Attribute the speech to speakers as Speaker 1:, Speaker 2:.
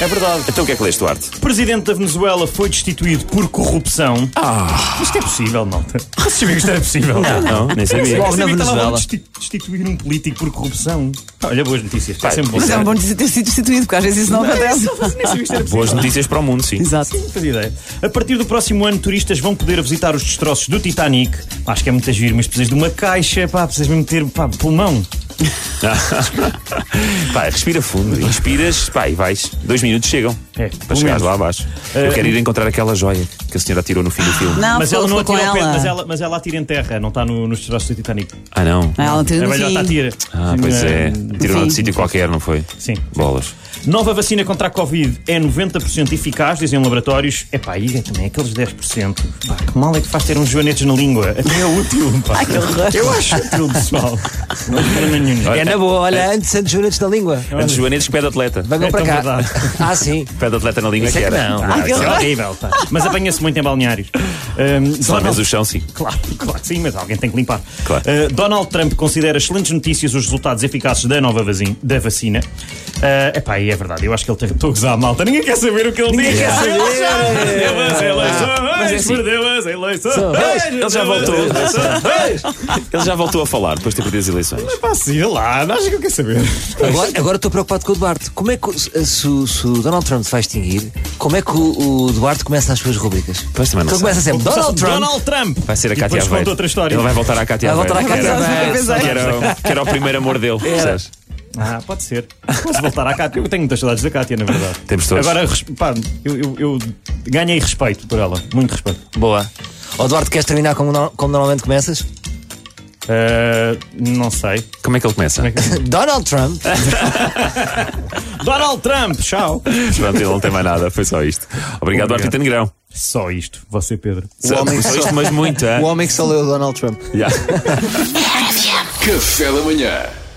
Speaker 1: É verdade. Então o que é que lês, Duarte?
Speaker 2: O presidente da Venezuela foi destituído por corrupção.
Speaker 1: Ah,
Speaker 2: Isto é possível, malta. Vocês sabiam que isto era possível?
Speaker 1: não, nem sabia.
Speaker 2: Logo na
Speaker 3: Venezuela.
Speaker 2: Destituir um político por corrupção. Ah, Olha, boas notícias. Está sempre bom.
Speaker 3: Mas é um bom dizer ter sido destituído, porque às vezes isso não acontece.
Speaker 2: Nem sabia que isto era possível.
Speaker 1: Boas notícias para o mundo, sim.
Speaker 3: Exato.
Speaker 2: Não fazia ideia. A partir do próximo ano, turistas vão poder visitar os destroços do Titanic. Acho que é muitas giro, mas precisas de uma caixa, pá, precisas mesmo ter pá, pulmão.
Speaker 1: Pá, respira fundo, inspiras, pá, e vais. Dois minutos chegam
Speaker 2: É,
Speaker 1: para
Speaker 2: pelo
Speaker 1: chegares
Speaker 2: menos. Eh, hum.
Speaker 1: lá abaixo. Eu quero ir encontrar aquela joia que a senhora tirou no fim do filme.
Speaker 4: Ah,
Speaker 3: Não,
Speaker 2: mas
Speaker 3: foi,
Speaker 2: ela não
Speaker 3: foi com
Speaker 2: atira ao
Speaker 3: ela.
Speaker 2: pé, mas ela, mas ela atira em terra, não está no- nos destroços do Titanic.
Speaker 1: Ah, não.
Speaker 3: Ah, ela teve
Speaker 2: A
Speaker 3: no
Speaker 2: velhota
Speaker 3: fim.
Speaker 2: atira.
Speaker 1: Ah, pois é. Tirou
Speaker 3: Sim.
Speaker 1: noutro sítio qualquer, não foi?
Speaker 2: Sim.
Speaker 1: Bolas.
Speaker 2: Nova vacina contra a Covid é 90% eficaz, dizem laboratórios. Epá, e é também aqueles 10%. Pá, que mal é que faz ter uns joanetes na língua? Até é útil, pá. Ai, que
Speaker 3: horror.
Speaker 2: Eu acho útil, pessoal. Não há problema nenhum.
Speaker 1: É
Speaker 4: É na boa, olha, antes, antes jurantes da língua.
Speaker 1: Antes Joanetes que pé de atleta.
Speaker 4: Venham
Speaker 2: É
Speaker 4: para
Speaker 2: tão
Speaker 4: cá.
Speaker 2: verdade.
Speaker 4: Ah, sim.
Speaker 1: Pé de atleta na língua que era.
Speaker 2: Não,
Speaker 1: Ah,
Speaker 2: isso é horrível, pá. Mas apanha-se muito em balneários. Hum, Ahm,
Speaker 1: Pelo
Speaker 2: Donald-
Speaker 1: menos o chão, sim.
Speaker 2: Claro, claro que sim, mas alguém tem que limpar.
Speaker 1: Claro.
Speaker 2: Uh, Donald Trump considera excelentes notícias os resultados eficazes da nova vazin- da vacina. Uh, epá, e é verdade, eu acho que ele teve. Estou a gozar a malta, ninguém quer saber o que ele diz.
Speaker 4: quer saber.
Speaker 2: Perdeu as
Speaker 1: Mas é
Speaker 2: eleições,
Speaker 1: assim.
Speaker 2: perdeu as eleições.
Speaker 1: Ele já voltou. Ele já voltou a falar depois de ter perdido as eleições.
Speaker 2: Pá, sim, lá, não acho que eu quero saber.
Speaker 4: Agora, agora estou preocupado com o Duarte. Como é que o- se, se o Donald Trump se vai extinguir, como é que o, o Duarte começa as suas rubricas?
Speaker 1: Pois também não
Speaker 4: Ele
Speaker 1: sei.
Speaker 4: começa sempre Donald Trump.
Speaker 2: Donald Trump.
Speaker 1: Vai ser a
Speaker 2: E
Speaker 1: Cátia
Speaker 2: depois
Speaker 1: Aveiro.
Speaker 2: conta outra história.
Speaker 1: Ele vai voltar à Cátia
Speaker 4: Vai voltar à
Speaker 1: Aveiro,
Speaker 4: Cátia
Speaker 1: que era-
Speaker 4: Aveiro.
Speaker 1: Que era, o- que era o primeiro amor dele. percebes?
Speaker 2: Ah, pode ser. Posso voltar à Cátia? Eu tenho muitas saudades da Cátia, na verdade.
Speaker 1: Temos todos.
Speaker 2: Agora, res- pá, eu, eu- eu ganhei respeito por ela. Muito respeito.
Speaker 1: Boa.
Speaker 4: Ó Duarte, queres terminar como, no- como normalmente começas?
Speaker 2: Uh, não sei.
Speaker 1: Como é que ele começa?
Speaker 4: Donald Trump.
Speaker 2: Donald Trump, tchau.
Speaker 1: Pronto, ele não tem mais nada, foi só isto. Obrigado, Duarte Pita Negrão.
Speaker 2: Só isto, você, Pedro.
Speaker 1: Só,
Speaker 4: homem
Speaker 1: só
Speaker 4: só-
Speaker 1: isto, mas muito,
Speaker 4: o
Speaker 1: hein?
Speaker 4: homem que só leu Donald Trump.
Speaker 1: Já.
Speaker 5: Café da Manhã.